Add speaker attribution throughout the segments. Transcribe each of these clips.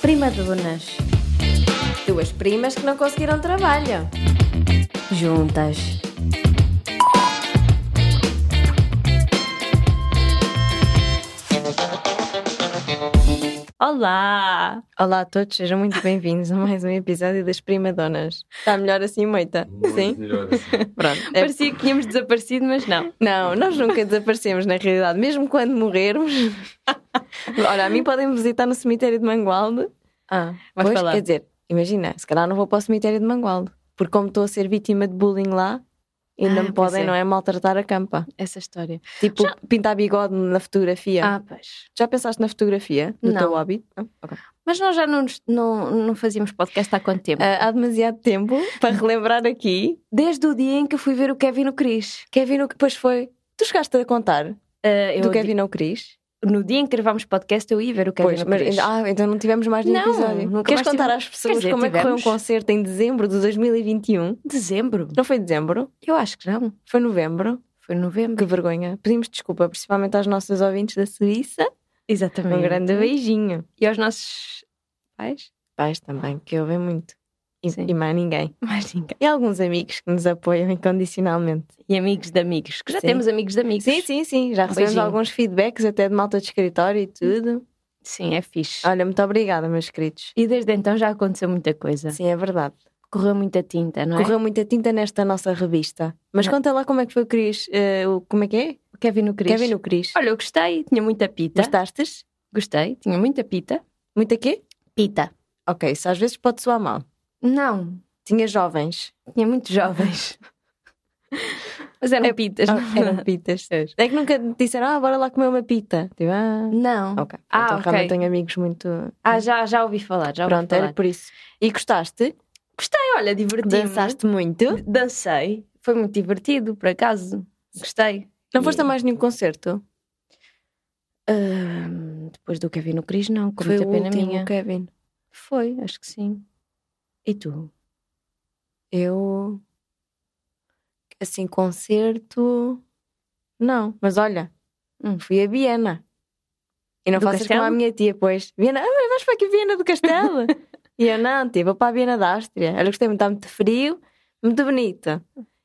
Speaker 1: Primadonas.
Speaker 2: Duas primas que não conseguiram trabalho.
Speaker 1: Juntas.
Speaker 2: Olá!
Speaker 1: Olá a todos, sejam muito bem-vindos a mais um episódio das Primadonas. Está melhor assim, moita? Sim?
Speaker 3: Melhor assim.
Speaker 1: Pronto. é-
Speaker 2: Parecia que tínhamos desaparecido, mas não.
Speaker 1: Não, nós nunca desaparecemos na realidade, mesmo quando morrermos. Ora, a mim podem me visitar no cemitério de Mangualde. Ah,
Speaker 2: vais
Speaker 1: pois,
Speaker 2: falar.
Speaker 1: Quer dizer, imagina, se calhar não vou para o cemitério de Mangualde, porque como estou a ser vítima de bullying lá, ainda
Speaker 2: Ah,
Speaker 1: me
Speaker 2: pois
Speaker 1: podem,
Speaker 2: é.
Speaker 1: não é, maltratar a campa.
Speaker 2: Essa história.
Speaker 1: Tipo, pintar bigode na fotografia.
Speaker 2: Ah, pois.
Speaker 1: Já pensaste na fotografia do
Speaker 2: Não.
Speaker 1: teu hobby? Não? Ok.
Speaker 2: Mas nós já não, nos- não, não fazíamos podcast há quanto tempo?
Speaker 1: Ah, há demasiado tempo para relembrar aqui.
Speaker 2: Desde o dia em que eu fui ver o Kevin no Cris.
Speaker 1: Kevin, o que depois foi? Tu chegaste a contar
Speaker 2: Ah, eu
Speaker 1: do
Speaker 2: di-
Speaker 1: Kevin ao Cris?
Speaker 2: No dia em que gravámos podcast, eu ia ver o Kevin
Speaker 1: Pois,
Speaker 2: no
Speaker 1: mas,
Speaker 2: Cris.
Speaker 1: ah, então não tivemos mais nenhum
Speaker 2: Não,
Speaker 1: episódio.
Speaker 2: nunca
Speaker 1: Queres
Speaker 2: mais
Speaker 1: contar
Speaker 2: tivemos.
Speaker 1: às pessoas
Speaker 2: Quer dizer,
Speaker 1: como é que foi um
Speaker 2: tivemos.
Speaker 1: concerto em dezembro de 2021?
Speaker 2: Dezembro?
Speaker 1: Não foi dezembro?
Speaker 2: Eu acho que não.
Speaker 1: Foi novembro?
Speaker 2: Foi novembro.
Speaker 1: Que vergonha. Pedimos desculpa, principalmente aos nossos ouvintes da Suíça.
Speaker 2: Exatamente.
Speaker 1: Um grande beijinho.
Speaker 2: E aos nossos pais?
Speaker 1: Pais também, que ouvem muito. E,
Speaker 2: Sim.
Speaker 1: e mais ninguém.
Speaker 2: Mais ninguém.
Speaker 1: E alguns amigos que nos apoiam incondicionalmente.
Speaker 2: E amigos de amigos. Que já
Speaker 1: Sim.
Speaker 2: temos amigos de amigos.
Speaker 1: Sim, sim, sim. Já
Speaker 2: Um
Speaker 1: recebemos
Speaker 2: beijinho.
Speaker 1: alguns feedbacks até de malta de escritório e tudo.
Speaker 2: Sim, é fixe.
Speaker 1: Olha, muito obrigada, meus queridos.
Speaker 2: E desde então já aconteceu muita coisa.
Speaker 1: Sim, é verdade.
Speaker 2: Correu muita tinta, não é?
Speaker 1: Correu muita tinta nesta nossa revista. Mas
Speaker 2: Não.
Speaker 1: conta lá como é que foi o Cris. eh, o- como é que é?
Speaker 2: Kevin no Cris.
Speaker 1: Kevin o Cris.
Speaker 2: Olha, eu gostei, tinha muita pita.
Speaker 1: Gostastes?
Speaker 2: Gostei, tinha muita pita.
Speaker 1: Muita quê?
Speaker 2: Pita.
Speaker 1: Ok, isso às vezes pode soar mal.
Speaker 2: Não,
Speaker 1: Tinha jovens.
Speaker 2: tinha muitos jovens. Mas eram pitas.
Speaker 1: Ah,
Speaker 2: não
Speaker 1: eram pitas. É que nunca te disseram, ah, bora lá comer uma pita. Tipo, ah.
Speaker 2: Não.
Speaker 1: Ok.
Speaker 2: Ah,
Speaker 1: então
Speaker 2: ok.
Speaker 1: realmente tenho amigos muito.
Speaker 2: Ah, já, já ouvi falar, já ouvi
Speaker 1: Pronto,
Speaker 2: falar.
Speaker 1: era por isso. E gostaste?
Speaker 2: Ai, olha, diverti-me.
Speaker 1: Dançaste muito?
Speaker 2: Dancei. Foi muito divertido, por acaso. Gostei.
Speaker 1: Não foste a
Speaker 2: E-
Speaker 1: mais nenhum concerto?
Speaker 2: Ahm, depois do Kevin no Cris, não. Com muita
Speaker 1: o
Speaker 2: pena
Speaker 1: último,
Speaker 2: minha.
Speaker 1: Kevin.
Speaker 2: Foi, acho que sim. E tu?
Speaker 1: Eu. Assim, concerto. Não, mas olha,
Speaker 2: Hum.
Speaker 1: fui a Viena. E não
Speaker 2: Do
Speaker 1: faças como a
Speaker 2: Castelo?
Speaker 1: minha tia, pois. Viena, ah, mas vais para aqui Viena do Castelo? e eu não, tia, vou para a Viena da Áustria. Olha, gostei muito, está muito frio, muito bonito.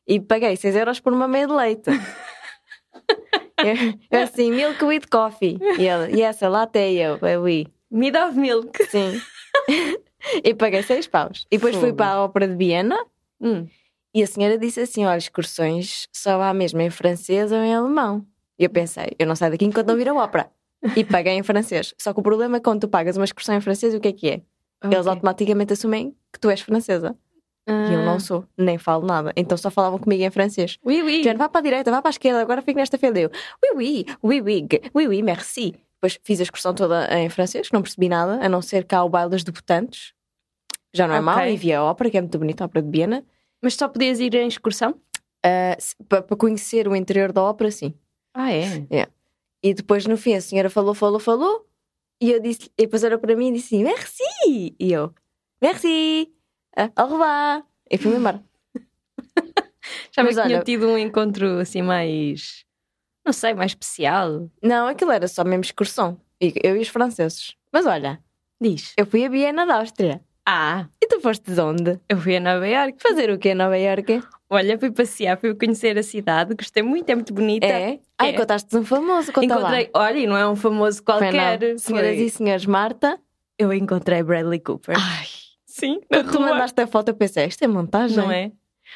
Speaker 1: E paguei 6 euros por uma meia de leite. eu, eu assim, milk with coffee. E ele, yes, a latte, e eu, eh, oui.
Speaker 2: Mid of Milk.
Speaker 1: Sim. e paguei seis paus. E depois fui
Speaker 2: Fogo.
Speaker 1: para a ópera de Viena.
Speaker 2: Hum.
Speaker 1: E a senhora disse assim: olha, excursões só há mesmo em francês ou em alemão. E eu pensei: eu não saio daqui enquanto não vir a ópera. E paguei em francês. Só que o problema é quando tu pagas uma excursão em francês, o que é que é? Eles
Speaker 2: Ok.
Speaker 1: automaticamente assumem que tu és francesa. E eu
Speaker 2: Ah.
Speaker 1: não sou, nem falo nada. Então só falavam comigo em francês.
Speaker 2: Oui, oui.
Speaker 1: Diziam, vá para a direita, vá para a esquerda, agora fico nesta fila. Eu, oui, oui, oui, oui, g- oui, oui, merci. Depois fiz a excursão toda em francês, não percebi nada, a não ser cá o baile das debutantes. Já não é
Speaker 2: Ok.
Speaker 1: mau, e vi a ópera, que é muito bonita, a ópera de Viena.
Speaker 2: Mas só podias ir em excursão?
Speaker 1: para conhecer o interior da ópera, sim.
Speaker 2: Ah, é?
Speaker 1: E depois no fim a senhora falou, falou, falou, e eu disse, e depois olhou para mim e disse assim, merci! E eu, merci! ah, Au revoir! E fui-me embora.
Speaker 2: Já me
Speaker 1: Mas olha-
Speaker 2: tinha tido um encontro assim mais. Não sei, mais especial.
Speaker 1: Não, aquilo era só mesmo excursão. E eu e os franceses. Mas olha,
Speaker 2: Diz.
Speaker 1: eu fui a Viena da Áustria.
Speaker 2: Ah,
Speaker 1: E tu fostes onde?
Speaker 2: eu fui a Nova Iorque.
Speaker 1: Fazer o quê em Nova Iorque?
Speaker 2: Olha, fui passear, fui conhecer a cidade, gostei muito, é muito bonita.
Speaker 1: é? Ai,
Speaker 2: é.
Speaker 1: contaste-nos um famoso, conta
Speaker 2: encontrei, olha, e não é um famoso
Speaker 1: lá. Foi, não.
Speaker 2: qualquer.
Speaker 1: Senhoras
Speaker 2: foi-
Speaker 1: e senhores, Marta.
Speaker 2: Eu encontrei Bradley Cooper.
Speaker 1: Ai,
Speaker 2: Sim, na
Speaker 1: quando tu
Speaker 2: rua.
Speaker 1: mandaste a foto, eu pensei, isto é montagem.
Speaker 2: Não é?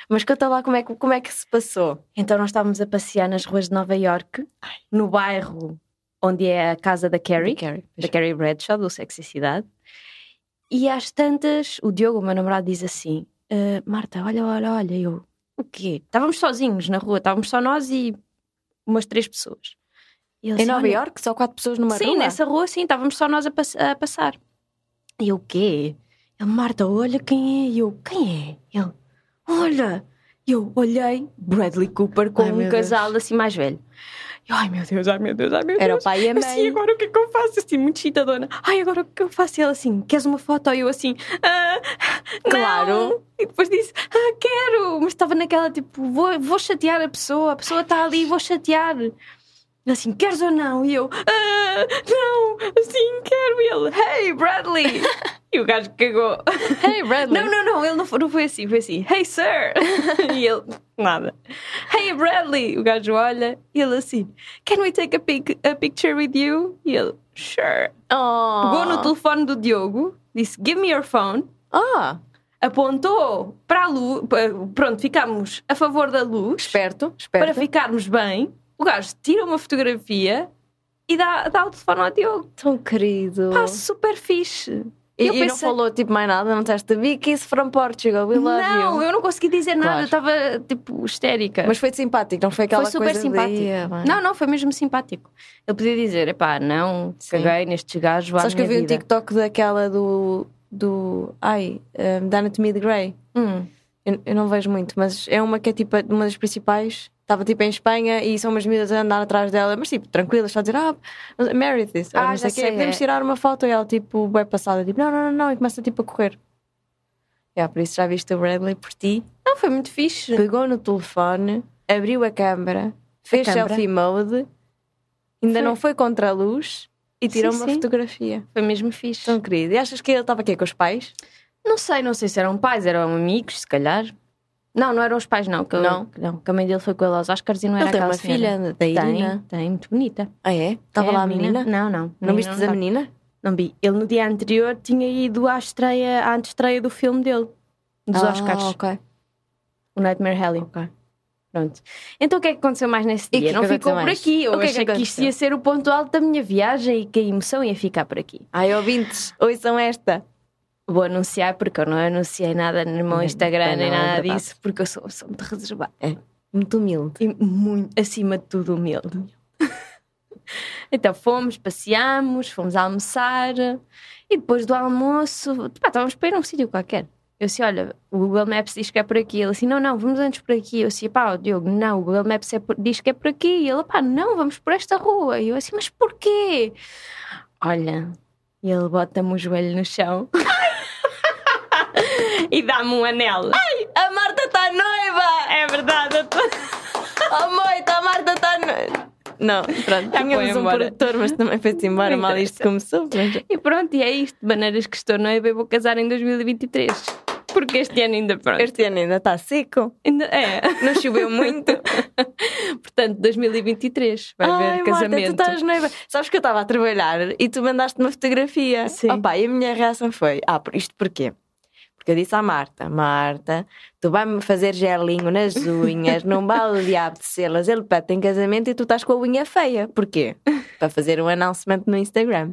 Speaker 1: Mas conta lá como é, que- como é que se passou.
Speaker 2: Então nós estávamos a passear nas ruas de Nova Iorque, no bairro onde é a casa da Carrie,
Speaker 1: é.
Speaker 2: da Carrie Bradshaw, do Sexicidade. E às tantas, o Diogo, o meu namorado, diz assim: "Ah, Marta, olha, olha, olha, E eu. O quê? Estávamos sozinhos na rua, estávamos só nós e umas três pessoas. E ele
Speaker 1: Em
Speaker 2: assim,
Speaker 1: Nova
Speaker 2: "Olha,
Speaker 1: Iorque, só quatro pessoas numa
Speaker 2: Sim,
Speaker 1: rua?
Speaker 2: nessa rua, sim, estávamos só nós a, pass- a passar. E eu, o quê? Ele, Marta, olha quem é. E eu, quem é? Ele, olha. E eu olhei, Bradley Cooper com
Speaker 1: Ai, meu
Speaker 2: um casal assim mais velho. Eu, ai meu Deus, ai meu Deus, ai meu Deus.
Speaker 1: Era o pai e a
Speaker 2: Eu, assim,
Speaker 1: mãe.
Speaker 2: agora o que é que eu faço? Assim, muito chitadona. Ai, agora o que é que eu faço? E ela assim, queres uma foto? E eu assim, ah, não.
Speaker 1: Claro.
Speaker 2: E depois disse, ah, quero. Mas estava naquela tipo, vou, vou chatear a pessoa, a pessoa está ali, vou chatear. E Assim, queres ou não? E eu, ah, não, assim, quero. E ele, hey, Bradley. e o gajo cagou.
Speaker 1: Hey, Bradley.
Speaker 2: Não, não, não, ele não foi, não foi assim, foi assim. Hey, sir! e ele, nada. Hey, Bradley! O gajo olha e ele assim, Can we take a, pic a picture with you? E ele, Sure.
Speaker 1: Oh.
Speaker 2: Pegou no telefone do Diogo, disse, Give me your phone.
Speaker 1: Ah,
Speaker 2: Apontou para a luz, pronto, ficámos a favor da luz
Speaker 1: esperto,
Speaker 2: para
Speaker 1: esperto.
Speaker 2: ficarmos bem. O gajo tira uma fotografia e dá, dá o telefone ao Diogo.
Speaker 1: Tão querido.
Speaker 2: Pá, super fixe.
Speaker 1: E,
Speaker 2: eu
Speaker 1: e não
Speaker 2: pensei-
Speaker 1: falou tipo mais nada, não teste Vicky from Portugal, we love
Speaker 2: não,
Speaker 1: you.
Speaker 2: eu não consegui dizer nada,
Speaker 1: Claro.
Speaker 2: eu estava tipo histérica.
Speaker 1: Mas foi simpático, não foi aquela
Speaker 2: Foi super
Speaker 1: coisa
Speaker 2: simpático.
Speaker 1: De... "Ah, vai".
Speaker 2: Não, é? não, foi mesmo simpático. Ele podia dizer, epá, não,
Speaker 1: Sim.
Speaker 2: caguei nestes gajos, vá à
Speaker 1: Sabes que eu vi
Speaker 2: minha
Speaker 1: um
Speaker 2: vida.
Speaker 1: TikTok daquela do. do ai, um, da Anatomy de Grey.
Speaker 2: Hum.
Speaker 1: Eu, eu não vejo muito, mas é uma que é tipo uma das principais. Estava tipo em Espanha e são umas miúdas a andar atrás dela, mas tipo, tranquilas, só a dizer, ah, marry this, ou
Speaker 2: Ah,
Speaker 1: não sei
Speaker 2: já
Speaker 1: o quê.
Speaker 2: sei,
Speaker 1: Podemos
Speaker 2: é.
Speaker 1: tirar uma foto e ela tipo, bem passada, tipo, não, não, não, não, e começa tipo a correr. Yeah, por isso já viste o Bradley por ti.
Speaker 2: Não, foi muito fixe.
Speaker 1: pegou no telefone, abriu a câmara, fez
Speaker 2: câmara.
Speaker 1: selfie mode, ainda
Speaker 2: Foi.
Speaker 1: não foi contra a luz e tirou
Speaker 2: Sim,
Speaker 1: uma
Speaker 2: sim.
Speaker 1: fotografia.
Speaker 2: Foi mesmo fixe.
Speaker 1: Tão querido. E achas que ele estava aqui com os pais?
Speaker 2: Não sei, não sei se eram pais, eram amigos, se calhar. Não, não eram os pais, não. Que eu-
Speaker 1: Não?
Speaker 2: que não, que a mãe dele foi com ele aos Oscars e não era
Speaker 1: ele tem
Speaker 2: aquela
Speaker 1: uma
Speaker 2: senhora.
Speaker 1: filha da
Speaker 2: Tem,
Speaker 1: Irina.
Speaker 2: tem, muito bonita.
Speaker 1: Ah, é? Estava
Speaker 2: É,
Speaker 1: lá a menina?
Speaker 2: Não, não.
Speaker 1: Não vistes a
Speaker 2: tá.
Speaker 1: menina?
Speaker 2: Não vi. Ele no dia anterior tinha ido à estreia, à estreia do filme dele, dos
Speaker 1: Ah,
Speaker 2: Oscars,
Speaker 1: ok.
Speaker 2: o Nightmare Alley.
Speaker 1: ok.
Speaker 2: Pronto. Então o que é que aconteceu mais nesse
Speaker 1: E
Speaker 2: dia?
Speaker 1: que
Speaker 2: não
Speaker 1: que
Speaker 2: ficou
Speaker 1: aconteceu
Speaker 2: por
Speaker 1: mais?
Speaker 2: aqui. Eu
Speaker 1: O que é que
Speaker 2: achei que, isto
Speaker 1: aconteceu?
Speaker 2: ia ser o ponto alto da minha viagem e que a emoção ia ficar por aqui.
Speaker 1: Ai, ouvintes, ouçam esta.
Speaker 2: Vou anunciar porque eu não anunciei nada no meu
Speaker 1: Bem,
Speaker 2: Instagram
Speaker 1: bem,
Speaker 2: nem
Speaker 1: não é
Speaker 2: nada
Speaker 1: verdade.
Speaker 2: disso porque eu sou, sou muito reservada
Speaker 1: Muito humilde.
Speaker 2: e muito, acima de tudo humilde. então fomos, passeámos, fomos almoçar e depois do almoço pá, estávamos para ir a um sítio qualquer. Eu disse, olha, o Google Maps diz que é por aqui. Ele assim, não, não, vamos antes por aqui. Eu disse, pá, Diogo, não, o Google Maps é por- diz que é por aqui. E ele, pá, não, vamos por esta rua. E eu assim, mas porquê? Olha, e ele bota-me o joelho no chão e dá-me um anel.
Speaker 1: A Marta está noiva!
Speaker 2: É verdade, eu tô...
Speaker 1: Oh, moita, a Marta está noiva! Não, pronto,
Speaker 2: Já
Speaker 1: tínhamos
Speaker 2: foi
Speaker 1: um
Speaker 2: embora.
Speaker 1: produtor, mas também foi-se embora,
Speaker 2: Não
Speaker 1: mal isto começou. mas-
Speaker 2: E pronto, e é isto. De maneiras que estou noiva e vou casar em 2023. Porque este ano ainda pronto.
Speaker 1: Este ano ainda está seco.
Speaker 2: Ainda é.
Speaker 1: Não choveu muito.
Speaker 2: Portanto, 2023 vai haver
Speaker 1: Marta, tu
Speaker 2: casamento.
Speaker 1: estás noiva. Sabes que eu estava a trabalhar e tu mandaste uma fotografia.
Speaker 2: Sim.
Speaker 1: Opa, e a minha reação foi: Ah, por- isto porquê? Porque eu disse à Marta: Marta, tu vais-me fazer gelinho nas unhas, não vale o diabo de selas. Ele pede em casamento e tu estás com a unha feia. Porquê? Para fazer um announcement no Instagram.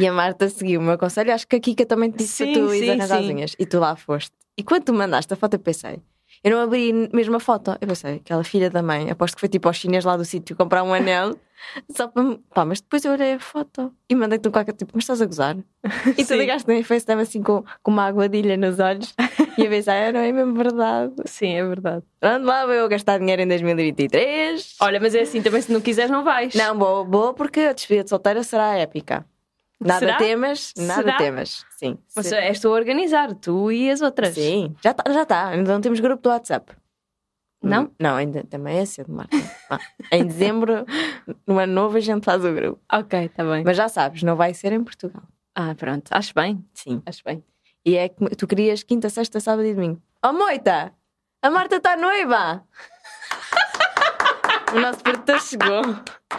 Speaker 1: E a Marta seguiu o meu conselho. Acho que a Kika também te disse
Speaker 2: Sim,
Speaker 1: para tu
Speaker 2: sim,
Speaker 1: ires arranjar as
Speaker 2: sim.
Speaker 1: unhas. E tu lá foste. E quando tu mandaste a foto, eu pensei. Eu não abri mesmo a foto. Eu pensei, aquela filha da mãe, aposto que foi tipo aos chinês lá do sítio comprar um anel. Só para. me- Pá, mas depois eu olhei a foto e mandei-te um qualquer tipo, mas estás a gozar? E tu
Speaker 2: Sim.
Speaker 1: ligaste no FaceTime assim com, com uma aguadilha nos olhos e eu pensei, ah, não é mesmo verdade.
Speaker 2: Sim, é verdade.
Speaker 1: Pronto, lá vou eu gastar dinheiro em 2023.
Speaker 2: Olha, mas é assim, também se não quiseres, não vais.
Speaker 1: Não, boa, boa, porque a despedida de solteira será épica. Nada
Speaker 2: Será?
Speaker 1: temas, nada
Speaker 2: Será?
Speaker 1: temas. Sim.
Speaker 2: Mas é,
Speaker 1: sim.
Speaker 2: és tu a organizar, tu e as outras.
Speaker 1: Sim, já está, já tá. ainda não temos grupo do WhatsApp.
Speaker 2: Não?
Speaker 1: Hum, Não, ainda também é cedo, Marta. Ah, em dezembro, no ano novo, a gente faz o grupo.
Speaker 2: Ok, está bem.
Speaker 1: Mas já sabes, não vai ser em Portugal.
Speaker 2: Ah, pronto. Acho bem.
Speaker 1: Sim.
Speaker 2: Acho bem.
Speaker 1: E é que tu querias quinta, sexta, sábado e domingo. Oh, moita! A Marta está noiva! o nosso produtor chegou.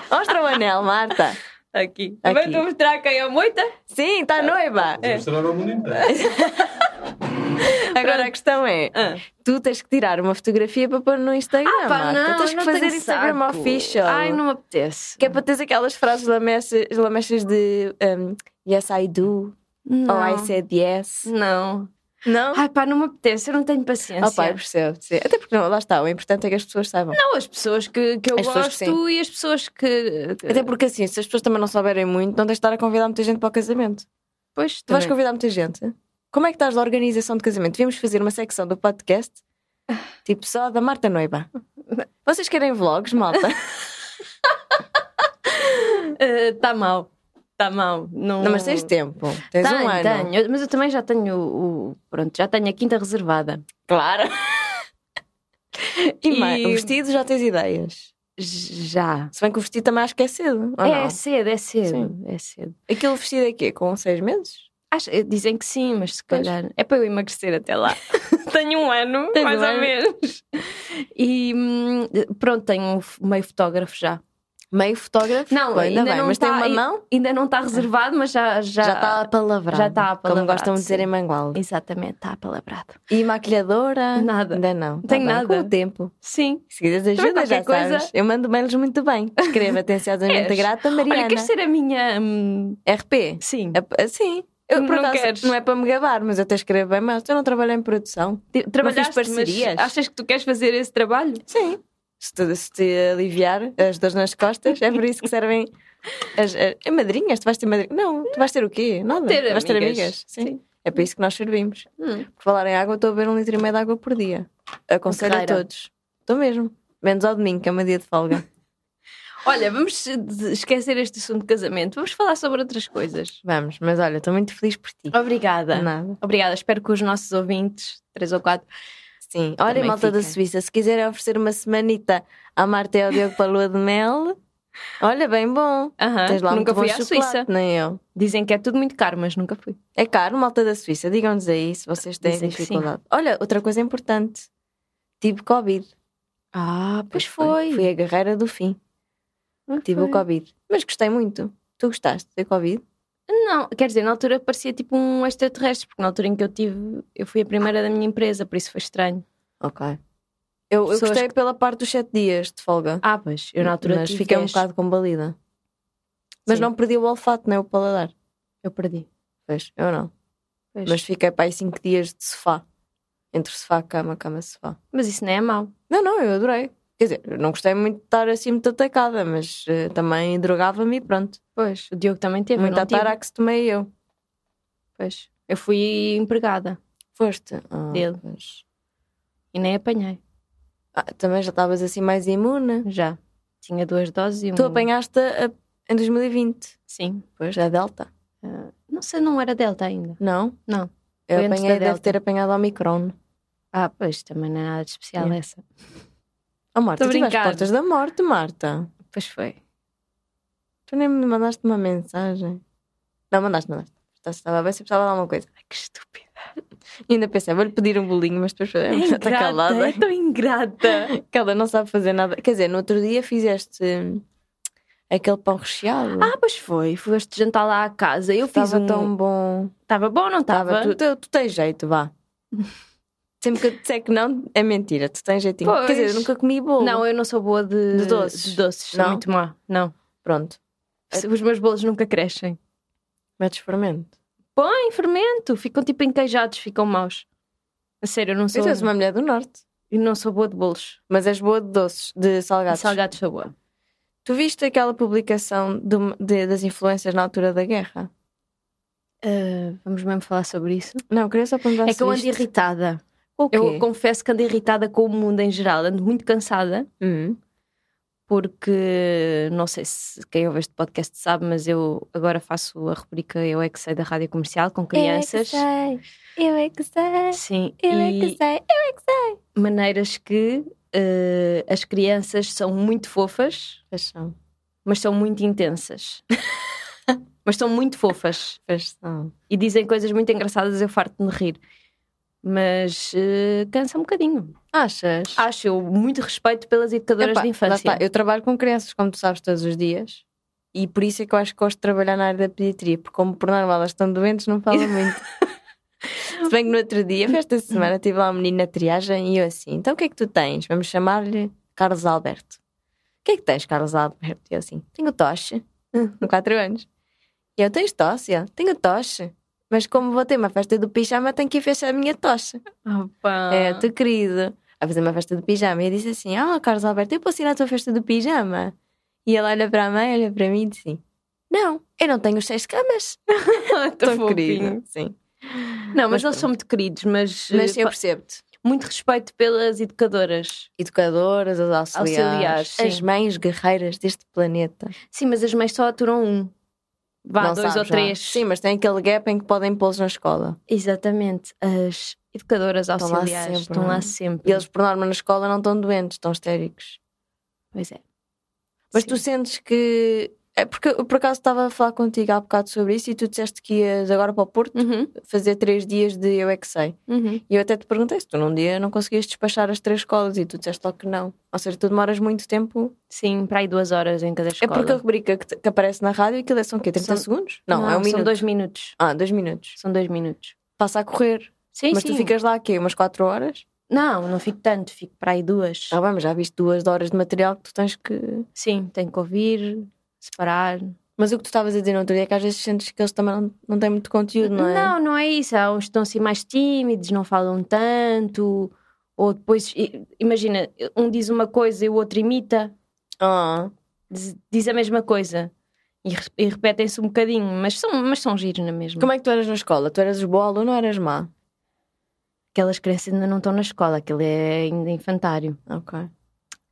Speaker 1: Mostra o anel, Marta.
Speaker 2: Aqui.
Speaker 1: Aqui.
Speaker 2: Também vou mostrar quem é a moita.
Speaker 1: Sim, está noiva!
Speaker 3: Vamos mostrar ao mundo inteiro.
Speaker 1: Agora a questão é:
Speaker 2: Ah.
Speaker 1: tu tens que tirar uma fotografia para pôr no Instagram. Marta. tens que fazer
Speaker 2: tenho
Speaker 1: Instagram
Speaker 2: saco.
Speaker 1: official.
Speaker 2: Ai, não me apetece.
Speaker 1: Que é para teres aquelas frases lamechas, lamechas de um, Yes, I do,
Speaker 2: Não.
Speaker 1: ou I said yes. Ah,
Speaker 2: Não.
Speaker 1: Não?
Speaker 2: Ai pá, não me apetece, eu não tenho paciência.
Speaker 1: Oh, pai, percebo. sim. Até porque não, lá está, o importante é que as pessoas saibam.
Speaker 2: Não, as pessoas que, que eu
Speaker 1: As pessoas que
Speaker 2: gosto e as pessoas que. que-
Speaker 1: Até porque assim, se as pessoas também não souberem muito, não tens de estar a convidar muita gente para o casamento.
Speaker 2: Pois,
Speaker 1: Tu vais
Speaker 2: também.
Speaker 1: convidar muita gente? Como é que estás da organização de casamento? Devíamos fazer uma secção do podcast, tipo só da Marta Noiva. Vocês querem vlogs, malta?
Speaker 2: Está Eh, tá mal. Está mal. Não...
Speaker 1: Não, mas tens tempo. Tens
Speaker 2: tenho,
Speaker 1: um ano.
Speaker 2: tenho. Eu- Mas eu também já tenho o. Pronto, já tenho a quinta reservada.
Speaker 1: Claro. E,
Speaker 2: E-
Speaker 1: mais, o vestido já tens ideias.
Speaker 2: Já.
Speaker 1: Se bem que o vestido também acho que é cedo. Ou
Speaker 2: é
Speaker 1: não?
Speaker 2: cedo, é cedo. É cedo.
Speaker 1: Aquele vestido é quê? Com seis meses?
Speaker 2: Acho- eh, dizem que sim, mas se
Speaker 1: Pois.
Speaker 2: calhar. É para eu emagrecer até lá. tenho um ano,
Speaker 1: Tens
Speaker 2: mais
Speaker 1: um
Speaker 2: ou
Speaker 1: ano.
Speaker 2: menos. E hum, pronto, tenho um f- meio fotógrafo já.
Speaker 1: Meio fotógrafo?
Speaker 2: Não,
Speaker 1: Pô, ainda
Speaker 2: ainda
Speaker 1: bem,
Speaker 2: não
Speaker 1: mas
Speaker 2: tá-
Speaker 1: tem
Speaker 2: e-
Speaker 1: uma mão?
Speaker 2: Ainda não está reservado, mas já. Já
Speaker 1: Já está apalavrado.
Speaker 2: já tá
Speaker 1: Como
Speaker 2: apalavrado,
Speaker 1: gostam de dizer
Speaker 2: sim.
Speaker 1: em Mangual.
Speaker 2: Exatamente, está apalabrado.
Speaker 1: E maquilhadora?
Speaker 2: Nada.
Speaker 1: Ainda não. Tá
Speaker 2: Tenho
Speaker 1: bem,
Speaker 2: nada.
Speaker 1: Com o tempo.
Speaker 2: Sim.
Speaker 1: Se quiseres ajuda,
Speaker 2: qualquer
Speaker 1: já
Speaker 2: coisa-
Speaker 1: sabes. Eu mando mails muito bem. Escreva atenciosamente
Speaker 2: És.
Speaker 1: grata, Mariana.
Speaker 2: Olha, queres ser a minha. hum,
Speaker 1: RP?
Speaker 2: sim.
Speaker 1: É- Sim. Eu, por
Speaker 2: Não
Speaker 1: acaso,
Speaker 2: queres?
Speaker 1: não é para me gabar, mas eu até escrevo bem, mas eu não trabalho em produção.
Speaker 2: Ti- Trabalhaste,
Speaker 1: fiz parcerias.
Speaker 2: Mas achas que tu queres fazer esse trabalho?
Speaker 1: Sim. Se te, se te aliviar as dores nas costas, é por isso que servem as, as- é madrinhas. Tu vais ter madrinha? Não, tu vais ter o quê? Nada.
Speaker 2: Ter
Speaker 1: vais ter
Speaker 2: amigas.
Speaker 1: amigas. Sim.
Speaker 2: Sim.
Speaker 1: É para isso que nós servimos.
Speaker 2: Hum.
Speaker 1: Por falar em água, eu estou a beber um litro e meio de água por dia. Aconselho a
Speaker 2: Guerreira.
Speaker 1: todos. Estou mesmo. Menos ao domingo, que é o meu dia de folga.
Speaker 2: Olha, vamos eh, de- esquecer este assunto de casamento. Vamos falar sobre outras coisas.
Speaker 1: Vamos, mas olha, estou muito feliz por ti.
Speaker 2: Obrigada.
Speaker 1: Nada.
Speaker 2: Obrigada. Espero que os nossos ouvintes, três ou quatro,
Speaker 1: Sim. Olha,
Speaker 2: Também
Speaker 1: malta da
Speaker 2: fica.
Speaker 1: Suíça, se quiserem oferecer uma semanita à Marta e ao Diogo para a lua de mel, olha, bem bom.
Speaker 2: Aham,
Speaker 1: Tens lá muito
Speaker 2: nunca
Speaker 1: bom
Speaker 2: fui à
Speaker 1: chocolate,
Speaker 2: Suíça.
Speaker 1: Nem eu.
Speaker 2: Dizem que é tudo muito caro, mas nunca fui.
Speaker 1: É caro, malta da Suíça. Digam-nos aí se vocês têm
Speaker 2: Dizem que sim.
Speaker 1: dificuldade. Olha, outra coisa importante. Tive Covid.
Speaker 2: Ah, pois
Speaker 1: Fui a guerreira do fim. Tive o Covid. Mas gostei muito. Tu gostaste de Covid?
Speaker 2: Não, quer dizer, na altura parecia tipo um extraterrestre, porque na altura em que eu tive, eu fui a primeira da minha empresa, por isso foi estranho.
Speaker 1: Ok. Eu, eu
Speaker 2: Pessoas
Speaker 1: gostei pela parte dos sete dias de folga.
Speaker 2: Ah, pois, eu na altura
Speaker 1: Mas
Speaker 2: tive
Speaker 1: fiquei um
Speaker 2: 10.
Speaker 1: bocado combalida. Mas
Speaker 2: Sim.
Speaker 1: não perdi o olfato, nem o paladar.
Speaker 2: Eu perdi.
Speaker 1: Pois, eu não.
Speaker 2: Pois.
Speaker 1: Mas
Speaker 2: Mas,
Speaker 1: fiquei para aí 5 dias de sofá. Entre sofá, cama, cama, sofá.
Speaker 2: isso não é mau.
Speaker 1: Não, não, eu adorei. Quer dizer, eu não gostei muito de estar assim muito atacada, mas eh, também drogava-me e pronto.
Speaker 2: Pois, o Diogo também teve, eu
Speaker 1: Muito
Speaker 2: não tá tive.
Speaker 1: atara que se tomei eu.
Speaker 2: Pois, eu fui empregada
Speaker 1: Foste. Ah,
Speaker 2: Dele.
Speaker 1: pois.
Speaker 2: e nem apanhei,
Speaker 1: Ah, também já estavas assim mais imune.
Speaker 2: já. Tinha duas doses e um...
Speaker 1: Tu apanhaste a- a- em 2020.
Speaker 2: Sim.
Speaker 1: Pois, a Delta.
Speaker 2: Ah, não sei, não era Delta ainda.
Speaker 1: Não?
Speaker 2: Não.
Speaker 1: Eu
Speaker 2: Foi antes
Speaker 1: apanhei,
Speaker 2: da
Speaker 1: deve
Speaker 2: Delta.
Speaker 1: ter apanhado a Omicron.
Speaker 2: Ah, pois, também não é nada de especial
Speaker 1: Yeah.
Speaker 2: essa.
Speaker 1: Oh, Marta,
Speaker 2: Tô
Speaker 1: tu vais
Speaker 2: brincando.
Speaker 1: portas da morte, Marta.
Speaker 2: Pois foi.
Speaker 1: Tu nem me mandaste uma mensagem. Não, mandaste, mandaste. Portanto, Estava bem, se precisava de alguma coisa.
Speaker 2: Ai, que estúpida.
Speaker 1: E ainda pensei, vou-lhe pedir um bolinho, mas depois
Speaker 2: É
Speaker 1: falei, "Ah, está
Speaker 2: ingrata,
Speaker 1: calada.
Speaker 2: é tão ingrata.
Speaker 1: Calada não sabe fazer nada. Quer dizer, no outro dia fizeste hum, aquele pão recheado.
Speaker 2: Ah, pois foi. Foste jantar lá à casa. Eu fiz
Speaker 1: estava
Speaker 2: um...
Speaker 1: tão bom.
Speaker 2: Estava bom, não estava?
Speaker 1: Estava. Tu, tu, tu tens jeito, vá. Sempre que eu te disser que não, é mentira. Tu tens jeitinho.
Speaker 2: Pois.
Speaker 1: Quer dizer, eu nunca comi bolo.
Speaker 2: Não, eu não sou boa de,
Speaker 1: De doces.
Speaker 2: de doces. Sou
Speaker 1: Não?
Speaker 2: muito má. Não. É
Speaker 1: Pronto.
Speaker 2: Se- Os meus bolos nunca crescem.
Speaker 1: Metes fermento.
Speaker 2: Põe fermento. Ficam tipo enqueijados, ficam maus. A sério, eu não sou,
Speaker 1: Tu és uma mulher do norte.
Speaker 2: eu não sou boa de bolos.
Speaker 1: Mas és boa de doces, de
Speaker 2: De
Speaker 1: salgados.
Speaker 2: Salgados sou boa.
Speaker 1: Tu viste aquela publicação do- de- das influências na altura da guerra?
Speaker 2: Ah, vamos mesmo falar sobre isso?
Speaker 1: Não, queria só perguntar
Speaker 2: é que eu ando irritada.
Speaker 1: O quê?
Speaker 2: Eu confesso que ando irritada com o mundo em geral. Ando muito cansada.
Speaker 1: Hum.
Speaker 2: porque não sei se quem ouve este podcast sabe, mas eu agora faço a rubrica Eu é que sei da Rádio Comercial com crianças.
Speaker 1: Eu é que sei.
Speaker 2: Sim,
Speaker 1: Eu é
Speaker 2: e
Speaker 1: que sei.
Speaker 2: maneiras que eh, as crianças são muito fofas,
Speaker 1: Paixão,
Speaker 2: mas são muito intensas. mas são muito fofas
Speaker 1: paixão.
Speaker 2: e dizem coisas muito engraçadas, eu farto de rir. Mas eh, cansa um bocadinho.
Speaker 1: Achas?
Speaker 2: Acho eu muito respeito pelas educadoras
Speaker 1: Epá,
Speaker 2: de
Speaker 1: lá
Speaker 2: infância.
Speaker 1: está. Eu trabalho com crianças, como tu sabes, todos os dias. E por isso é que eu acho que gosto de trabalhar na área da pediatria, porque como por normal elas estão doentes, não falam muito. Se bem que no outro dia, foi esta semana, tive lá um menino na triagem e eu assim, então o que é que tu tens? Vamos chamar-lhe Carlos Alberto. O que é que tens, Carlos Alberto? E eu assim, tenho tosse,
Speaker 2: Hum.
Speaker 1: com 4 anos. E eu, tens tosse? E ele, tenho tosse. Mas como vou ter uma festa do pijama, tenho que ir fechar a minha tosse.
Speaker 2: Opa.
Speaker 1: É, tu querido. A fazer uma festa de pijama. E eu disse assim: Ah, Carlos Alberto, eu posso ir à tua festa do pijama? E ele olha para a mãe, olha para mim e diz assim: Não, eu não tenho seis camas.
Speaker 2: Tão fofinho.
Speaker 1: Sim.
Speaker 2: Não, mas,
Speaker 1: Mas
Speaker 2: eles são muito queridos, mas,
Speaker 1: Mas
Speaker 2: eh,
Speaker 1: eu
Speaker 2: pa-
Speaker 1: percebo-te.
Speaker 2: muito respeito pelas educadoras.
Speaker 1: Educadoras, as auxiliares,
Speaker 2: Auxiliares, sim.
Speaker 1: as mães guerreiras deste planeta.
Speaker 2: Sim, mas as mães só aturam um. Vá,
Speaker 1: Não
Speaker 2: dois
Speaker 1: sabes,
Speaker 2: ou
Speaker 1: não. é?
Speaker 2: três.
Speaker 1: Sim, mas tem aquele gap em que podem pô-los na escola.
Speaker 2: Exatamente. As educadoras
Speaker 1: lá
Speaker 2: auxiliares
Speaker 1: sempre,
Speaker 2: estão
Speaker 1: não
Speaker 2: lá
Speaker 1: é?
Speaker 2: sempre.
Speaker 1: E eles, por norma, na escola não estão doentes, estão histéricos.
Speaker 2: Pois é.
Speaker 1: Mas
Speaker 2: Sim.
Speaker 1: tu sentes que. É porque eu, por acaso estava a falar contigo há bocado sobre isso e tu disseste que ias agora para o Porto
Speaker 2: Uhum,
Speaker 1: fazer três dias de Eu É Que Sei.
Speaker 2: uhum.
Speaker 1: E eu até te perguntei se tu num dia não conseguias despachar as três escolas e tu disseste logo que não. Ou seja, tu demoras muito tempo.
Speaker 2: Sim, para aí duas horas em cada
Speaker 1: É
Speaker 2: escola.
Speaker 1: porque a rubrica que, te- que aparece na rádio aquilo é são o quê? 30
Speaker 2: São-
Speaker 1: segundos? Não, é um
Speaker 2: São
Speaker 1: minuto.
Speaker 2: dois minutos.
Speaker 1: Ah, dois minutos.
Speaker 2: São dois minutos.
Speaker 1: Passa a correr.
Speaker 2: Sim,
Speaker 1: mas
Speaker 2: sim.
Speaker 1: tu ficas lá quê? Umas quatro horas?
Speaker 2: Não, não fico tanto, fico para aí duas.
Speaker 1: Ah, bem, mas já viste duas horas de material que tu tens que.
Speaker 2: Sim, tenho que ouvir, separar.
Speaker 1: Mas o que tu estavas a dizer no outro dia é que às vezes sentes que eles também não, não têm muito conteúdo, não é?
Speaker 2: Não, não é isso. Há uns que estão assim mais tímidos, não falam tanto. Ou depois, i- imagina, um diz uma coisa e o outro imita,
Speaker 1: Ah,
Speaker 2: diz, diz a mesma coisa. E, re- e repetem-se um bocadinho, mas são, mas são giros na mesma.
Speaker 1: Como é que tu eras na escola? Tu eras boa aluna ou eras má?
Speaker 2: Aquelas crianças ainda não estão na escola, aquele é ainda infantário.
Speaker 1: Ok.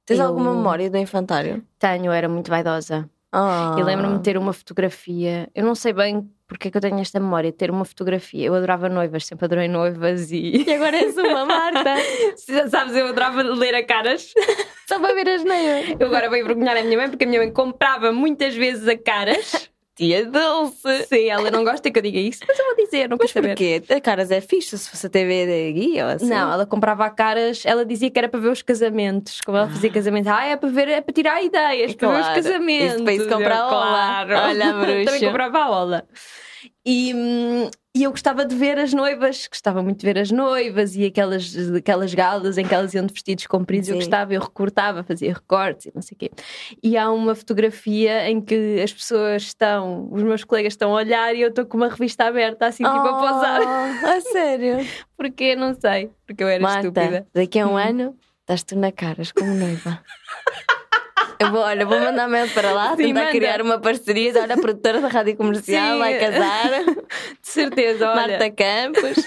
Speaker 1: Tens
Speaker 2: Eu-
Speaker 1: alguma memória do infantário?
Speaker 2: Tenho, era muito vaidosa.
Speaker 1: Ah.
Speaker 2: E lembro-me de ter uma fotografia. Eu não sei bem porque é que eu tenho esta memória de ter uma fotografia. Eu adorava noivas, sempre adorei noivas e.
Speaker 1: E agora és uma Marta.
Speaker 2: Sabes, eu adorava ler a caras.
Speaker 1: Só para ver as neias.
Speaker 2: Eu agora vou envergonhar a minha mãe porque a minha mãe comprava muitas vezes a caras.
Speaker 1: Tia Dulce.
Speaker 2: Sim, ela não gosta que eu diga isso, mas eu vou dizer, não quero
Speaker 1: Mas
Speaker 2: saber.
Speaker 1: porquê? A Caras é fixe se fosse a TV da guia ou assim.
Speaker 2: Não, ela comprava a caras, ela dizia que era para ver os casamentos. Como ela fazia casamento, ah, é para ver, é para tirar ideias, para ver os
Speaker 1: Claro.
Speaker 2: casamentos.
Speaker 1: E depois comprar
Speaker 2: Eu,
Speaker 1: a ola.
Speaker 2: claro.
Speaker 1: Olha a bruxa.
Speaker 2: Também comprava a ola. E, hum, e eu gostava de ver as noivas, gostava muito de ver as noivas e aquelas, aquelas galas em que elas iam de vestidos compridos. Eu
Speaker 1: Sim.
Speaker 2: gostava, eu recortava, fazia recortes e não sei o quê. E há uma fotografia em que as pessoas estão, os meus colegas estão a olhar e eu estou com uma revista aberta, assim, tipo a posar.
Speaker 1: Oh, a sério?
Speaker 2: Porque não sei, porque eu era
Speaker 1: Marta,
Speaker 2: estúpida.
Speaker 1: daqui a um ano estás tu na Caras como noiva. Eu vou, olha, vou mandar um mail para lá,
Speaker 2: Sim,
Speaker 1: tentar
Speaker 2: manda.
Speaker 1: criar uma parceria. Olha, a produtora da Rádio Comercial
Speaker 2: Sim.
Speaker 1: vai casar.
Speaker 2: De certeza, olha.
Speaker 1: Marta Campos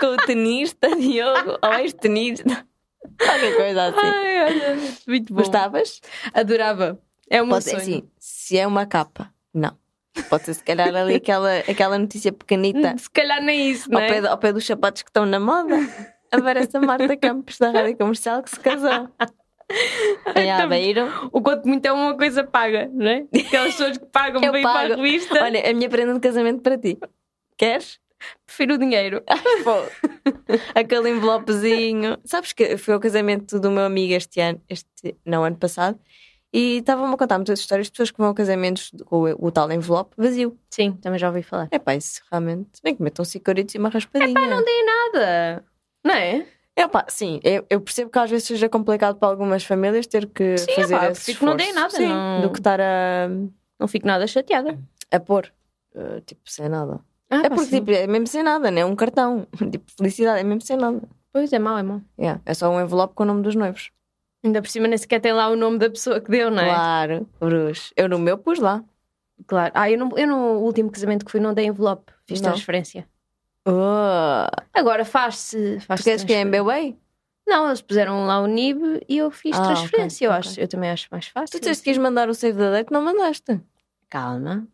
Speaker 1: com o tenista Diogo, ou ex-tenista. Qualquer coisa assim.
Speaker 2: Ai, olha, muito bom.
Speaker 1: Gostavas?
Speaker 2: Adorava. É um
Speaker 1: Pode ser
Speaker 2: sonho.
Speaker 1: assim, se é uma capa, não. Pode ser se calhar ali aquela, aquela notícia pequenita
Speaker 2: Se calhar nem isso,
Speaker 1: ao
Speaker 2: não é?
Speaker 1: pé, do- ao pé dos sapatos que estão na moda. Aparece a Marta Campos da Rádio Comercial que se casou. Em
Speaker 2: Então,
Speaker 1: Aveiro.
Speaker 2: O quanto muito é uma coisa paga, não é? Aquelas pessoas que pagam
Speaker 1: Eu
Speaker 2: para ir para a
Speaker 1: pago.
Speaker 2: revista,
Speaker 1: Olha, a minha prenda de casamento para ti. Queres?
Speaker 2: prefiro o dinheiro.
Speaker 1: Pô, aquele envelopezinho. Sabes que foi o casamento do meu amigo este ano, este, não, ano passado, e estavam-me a contar muitas histórias de pessoas que vão a casamentos com o, o tal envelope vazio.
Speaker 2: Sim, também já ouvi falar.
Speaker 1: É pá, isso realmente. Nem que metam cicoritos e uma raspadinha.
Speaker 2: Não tem nada, não é?
Speaker 1: É pá, sim, eu, eu percebo que às vezes seja complicado para algumas famílias ter que
Speaker 2: Sim,
Speaker 1: fazer
Speaker 2: epá, eu
Speaker 1: esse
Speaker 2: prefiro que não
Speaker 1: esforço. Sim,
Speaker 2: deem nada, não-
Speaker 1: do que estar a,
Speaker 2: Não fico nada chateada.
Speaker 1: a pôr. eh, tipo, sem nada.
Speaker 2: Ah,
Speaker 1: é porque, tipo, é mesmo sem nada, não é um cartão. Tipo, felicidade, é mesmo sem nada.
Speaker 2: Pois é mau, é mau.
Speaker 1: Yeah, é só um envelope com o nome dos noivos.
Speaker 2: Ainda por cima nem sequer tem lá o nome da pessoa que deu, não é?
Speaker 1: Claro, Bruxo. Eu no meu pus lá.
Speaker 2: Claro. Ah, eu, não, eu no último casamento que fui não dei envelope, fiz
Speaker 1: Não.
Speaker 2: transferência.
Speaker 1: Oh,
Speaker 2: Agora faz-se. Faz
Speaker 1: tu queres que é
Speaker 2: transferência.
Speaker 1: MBWay?
Speaker 2: Não, eles puseram lá o NIB e eu fiz
Speaker 1: Ah, ok,
Speaker 2: transferência. eu,
Speaker 1: ok.
Speaker 2: acho, eu também acho mais
Speaker 1: Tu
Speaker 2: fácil.
Speaker 1: disseste que quis mandar o save da date, não mandaste.
Speaker 2: Calma.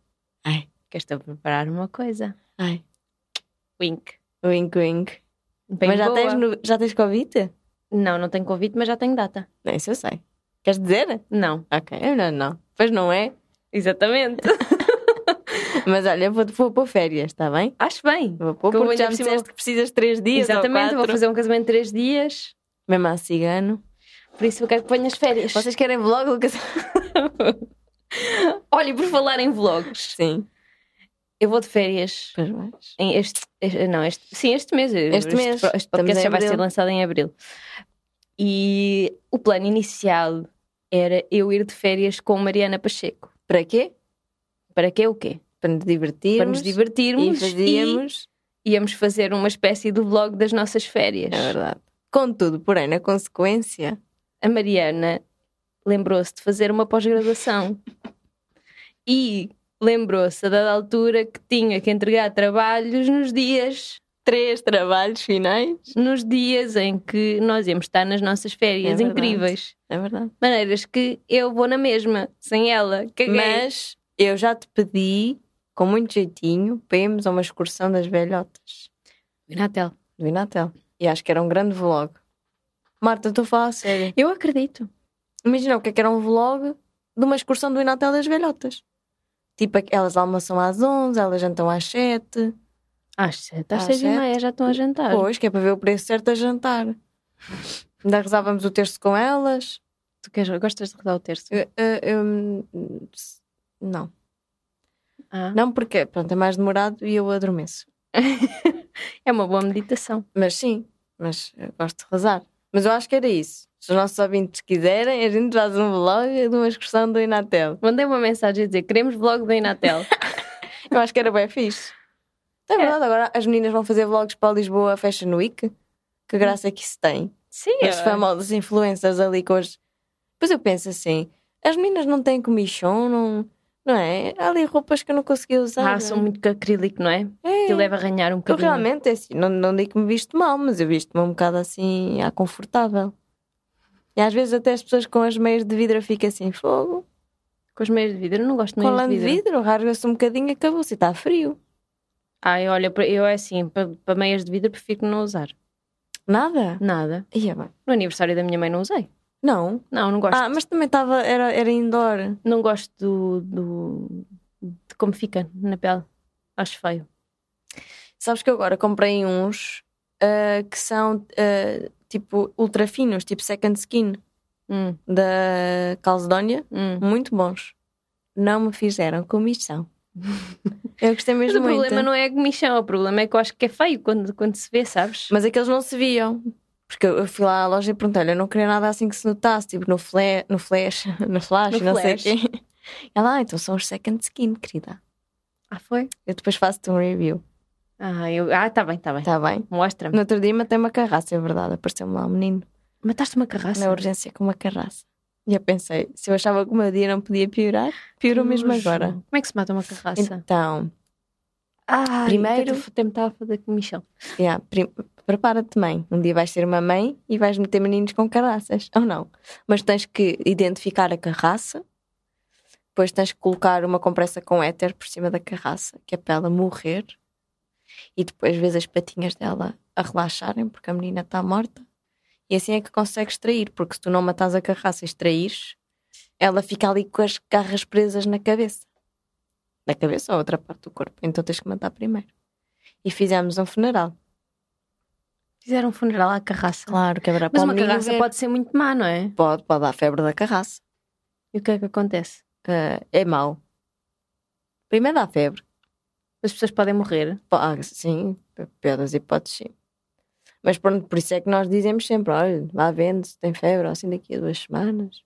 Speaker 1: Ai.
Speaker 2: Que eu estou a preparar uma coisa.
Speaker 1: Ai.
Speaker 2: Wink.
Speaker 1: Wink, wink.
Speaker 2: Bem
Speaker 1: Mas já
Speaker 2: boa.
Speaker 1: tens, no, já tens convite?
Speaker 2: Não, não tenho convite, mas já tenho data.
Speaker 1: Não, isso eu sei. Queres dizer?
Speaker 2: Não.
Speaker 1: Ok, eu não, não. Pois não é.
Speaker 2: Exatamente.
Speaker 1: Mas olha, eu vou, vou pôr férias, está bem?
Speaker 2: acho bem.
Speaker 1: Vou pôr
Speaker 2: Que eu
Speaker 1: porque já
Speaker 2: ainda
Speaker 1: me
Speaker 2: por cima
Speaker 1: disseste que precisas de três dias
Speaker 2: Exatamente,
Speaker 1: ou
Speaker 2: vou
Speaker 1: quatro.
Speaker 2: fazer um casamento de três dias.
Speaker 1: Mesmo assim, a cigano.
Speaker 2: Por isso eu quero que ponhas férias.
Speaker 1: Vocês querem vlog, Lucas?
Speaker 2: Olha, por falar em vlogs,
Speaker 1: Sim.
Speaker 2: eu vou de férias.
Speaker 1: Pois mais.
Speaker 2: Em este, este- não, este, sim, este mês.
Speaker 1: Este mês.
Speaker 2: pro-
Speaker 1: Estamos
Speaker 2: Este podcast
Speaker 1: em
Speaker 2: já vai
Speaker 1: abril.
Speaker 2: ser lançado em abril. E o plano inicial era eu ir de férias com Mariana Pacheco.
Speaker 1: Para quê?
Speaker 2: Para quê? O quê?
Speaker 1: Para nos divertirmos.
Speaker 2: Para nos
Speaker 1: E
Speaker 2: divertirmos e
Speaker 1: fazíamos.
Speaker 2: íamos fazer uma espécie de vlog das nossas férias.
Speaker 1: É verdade. Contudo, porém, na consequência,
Speaker 2: A Mariana lembrou-se de fazer uma pós-graduação e lembrou-se a dada altura que tinha que entregar trabalhos nos dias
Speaker 1: três trabalhos finais.
Speaker 2: nos dias em que nós íamos estar nas nossas
Speaker 1: É
Speaker 2: férias
Speaker 1: verdade.
Speaker 2: incríveis.
Speaker 1: É verdade.
Speaker 2: Maneiras que eu vou na mesma, sem ela. Caguei.
Speaker 1: Mas eu já te pedi, com muito jeitinho, para irmos a uma excursão das velhotas
Speaker 2: Natal.
Speaker 1: do Inatel. E acho que era um grande vlog. Marta, estou a falar a sério.
Speaker 2: Eu acredito.
Speaker 1: Imagina o que é que era um vlog de uma excursão do Inatel das velhotas. Tipo, elas almoçam às 11, elas jantam às 7.
Speaker 2: Às sete, às
Speaker 1: Às
Speaker 2: seis e
Speaker 1: sete.
Speaker 2: meia já estão a jantar.
Speaker 1: Pois, que é para ver o preço certo a jantar. Ainda rezávamos o texto com elas.
Speaker 2: Tu queres, gostas de rodar o terço?
Speaker 1: Eu- eu- eu- não.
Speaker 2: Ah.
Speaker 1: Não porque pronto, é mais demorado e eu adormeço.
Speaker 2: É uma boa meditação.
Speaker 1: Mas sim, mas eu gosto de rezar. Mas eu acho que era isso. Se os nossos ouvintes quiserem, a gente faz um vlog de uma excursão do Inatel.
Speaker 2: Mandei uma mensagem a dizer: queremos vlog do Inatel.
Speaker 1: Eu acho que era bem fixe. Então, é
Speaker 2: É.
Speaker 1: verdade, agora as meninas vão fazer vlogs para a Lisboa Fashion Week. Que graça que isso tem.
Speaker 2: Sim, é.
Speaker 1: Os famosos influencers ali com os... Pois eu penso assim, as meninas não têm comichão, não... Não é? Há ali roupas que eu não consegui usar.
Speaker 2: Ah, são muito com acrílico, não é?
Speaker 1: É.
Speaker 2: Que leva a arranhar um
Speaker 1: Eu
Speaker 2: bocadinho.
Speaker 1: realmente, é assim, não, não digo que me visto mal, mas eu visto-me um bocado assim, à confortável. E às vezes até as pessoas com as meias de vidro ficam sem fogo.
Speaker 2: Com os meios de vidro, eu não gosto de
Speaker 1: Com
Speaker 2: meios
Speaker 1: lã
Speaker 2: de
Speaker 1: de
Speaker 2: vidro.
Speaker 1: vidro, rasga-se um bocadinho e acabou-se. e Está frio.
Speaker 2: Ai, olha, pra- eu é assim, para, para meias de vidro prefiro não usar.
Speaker 1: Nada.
Speaker 2: Nada.
Speaker 1: Ia bem.
Speaker 2: No aniversário da minha mãe não usei.
Speaker 1: Não.
Speaker 2: Não, não gosto.
Speaker 1: Ah, mas também estava, era, era indoor.
Speaker 2: Não gosto do, do- de como fica na pele. Acho feio.
Speaker 1: Sabes que eu agora comprei uns ah, que são ah, tipo ultra finos, tipo second skin
Speaker 2: Hum,
Speaker 1: da Calcedónia.
Speaker 2: hum.
Speaker 1: Muito bons. Não me fizeram comissão. eu gostei
Speaker 2: Mas
Speaker 1: mesmo
Speaker 2: o
Speaker 1: muito.
Speaker 2: problema não é a comichão, o problema é que eu acho que é feio quando, quando se vê, sabes?
Speaker 1: Mas aqueles não se viam. Porque eu eu fui lá à loja e perguntei-lhe, eu não queria nada assim que se notasse, tipo no, fle no flash, no flash,
Speaker 2: No
Speaker 1: não
Speaker 2: flash.
Speaker 1: sei o quê. Ela, ah, então são os second skin, querida.
Speaker 2: Ah, foi?
Speaker 1: Eu depois faço-te um review,
Speaker 2: Ah, eu... ah tá bem, tá bem.
Speaker 1: está bem?
Speaker 2: Mostra-me.
Speaker 1: No outro dia matei uma carraça, é verdade, apareceu-me lá um menino
Speaker 2: Mataste uma carraça.
Speaker 1: na urgência é com uma carraça. E eu pensei, se eu achava que o meu dia não podia piorar, piorou mesmo
Speaker 2: Nojo.
Speaker 1: agora.
Speaker 2: Como é que se mata uma carraça?
Speaker 1: Então,
Speaker 2: Ah,
Speaker 1: Primeiro-
Speaker 2: Até me estava a fazer comichão.
Speaker 1: yeah, prim- prepara-te mãe. Um dia vais ser uma mãe e vais meter meninos com carraças, ou não. Mas tens que identificar a carraça, depois tens que colocar uma compressa com éter por cima da carraça, que é para ela morrer, e depois vês as patinhas dela a relaxarem, porque a menina está morta. E assim é que consegues extrair, porque se tu não matas a carraça e extraís, ela fica ali com as garras presas na cabeça. Na cabeça ou outra parte do corpo. Então tens que matar primeiro. E fizemos um funeral.
Speaker 2: Fizeram um funeral à carraça.
Speaker 1: Claro, que haverá
Speaker 2: Mas
Speaker 1: para o
Speaker 2: uma
Speaker 1: menino
Speaker 2: carraça
Speaker 1: ver.
Speaker 2: pode ser muito má, não é?
Speaker 1: Pode, pode dar febre da carraça.
Speaker 2: E o que é que acontece?
Speaker 1: Ah, é mau. Primeiro dá febre.
Speaker 2: As pessoas podem morrer.
Speaker 1: Po- ah, sim, p- pior das hipóteses, sim. Mas pronto, por isso é que nós dizemos sempre: olha, vá vendo se tem febre, ou assim daqui a duas semanas.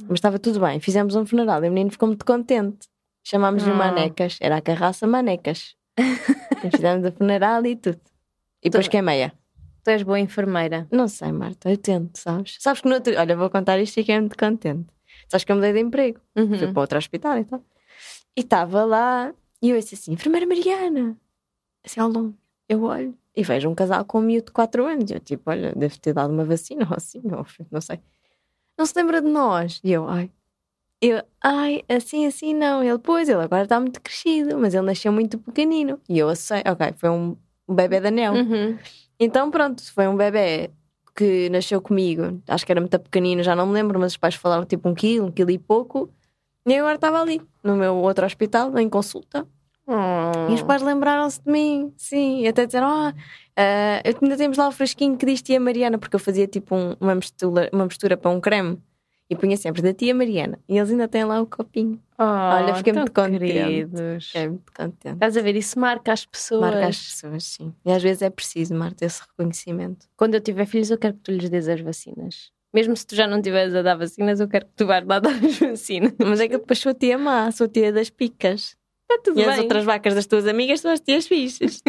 Speaker 1: Mas estava tudo bem. Fizemos um funeral e o menino ficou muito contente. Chamámos-lhe
Speaker 2: Ah.
Speaker 1: Manecas. Era a carraça Manecas. E fizemos o funeral e tudo. E depois
Speaker 2: Tudo
Speaker 1: queimei-a.
Speaker 2: Tu és boa enfermeira.
Speaker 1: Não sei, Marta, eu tento, sabes? Sabes que no outro. Olha, vou contar isto e fiquei muito contente. Sabes que eu mudei de emprego. Fui
Speaker 2: Uhum.
Speaker 1: para outro hospital e tal. E estava lá e eu disse assim: Enfermeira Mariana! Assim ao longo, eu olho e vejo um casal com um miúdo de 4 anos. E eu tipo: Olha, deve ter dado uma vacina ou assim, não, não sei. Não se lembra de nós. E eu: Ai. Eu, ai, assim, assim não. Ele, pois, ele agora está muito crescido, mas ele nasceu muito pequenino. E eu sei, ok, foi um bebê de anel.
Speaker 2: Uhum.
Speaker 1: Então, pronto, foi um bebê que nasceu comigo. Acho que era muito pequenino, já não me lembro, mas os pais falaram tipo um quilo, um quilo e pouco. E eu agora estava ali, no meu outro hospital, em consulta. E os
Speaker 2: Oh.
Speaker 1: pais lembraram-se de mim, sim. E até disseram, ah, ah, eu- ainda temos lá o fresquinho que diz Tia Mariana, porque eu fazia tipo um- uma, mistura, uma mistura para um creme. E punha sempre da Tia Mariana. E eles ainda têm lá o copinho.
Speaker 2: Oh,
Speaker 1: Olha, fiquei
Speaker 2: tão
Speaker 1: muito contente.
Speaker 2: queridos.
Speaker 1: Fiquei muito contente.
Speaker 2: Estás a ver, isso marca as pessoas.
Speaker 1: Marca as pessoas, sim. E às vezes é preciso, Marta, esse reconhecimento.
Speaker 2: Quando eu tiver filhos, eu quero que tu lhes dês as vacinas. Mesmo se tu já não tiveres a dar vacinas, eu quero que tu vás lá dar as vacinas.
Speaker 1: Mas é que eu depois sou a tia má, sou a tia das picas.
Speaker 2: Está Tá tudo
Speaker 1: E as
Speaker 2: bem.
Speaker 1: outras vacas das tuas amigas são as tias fixas.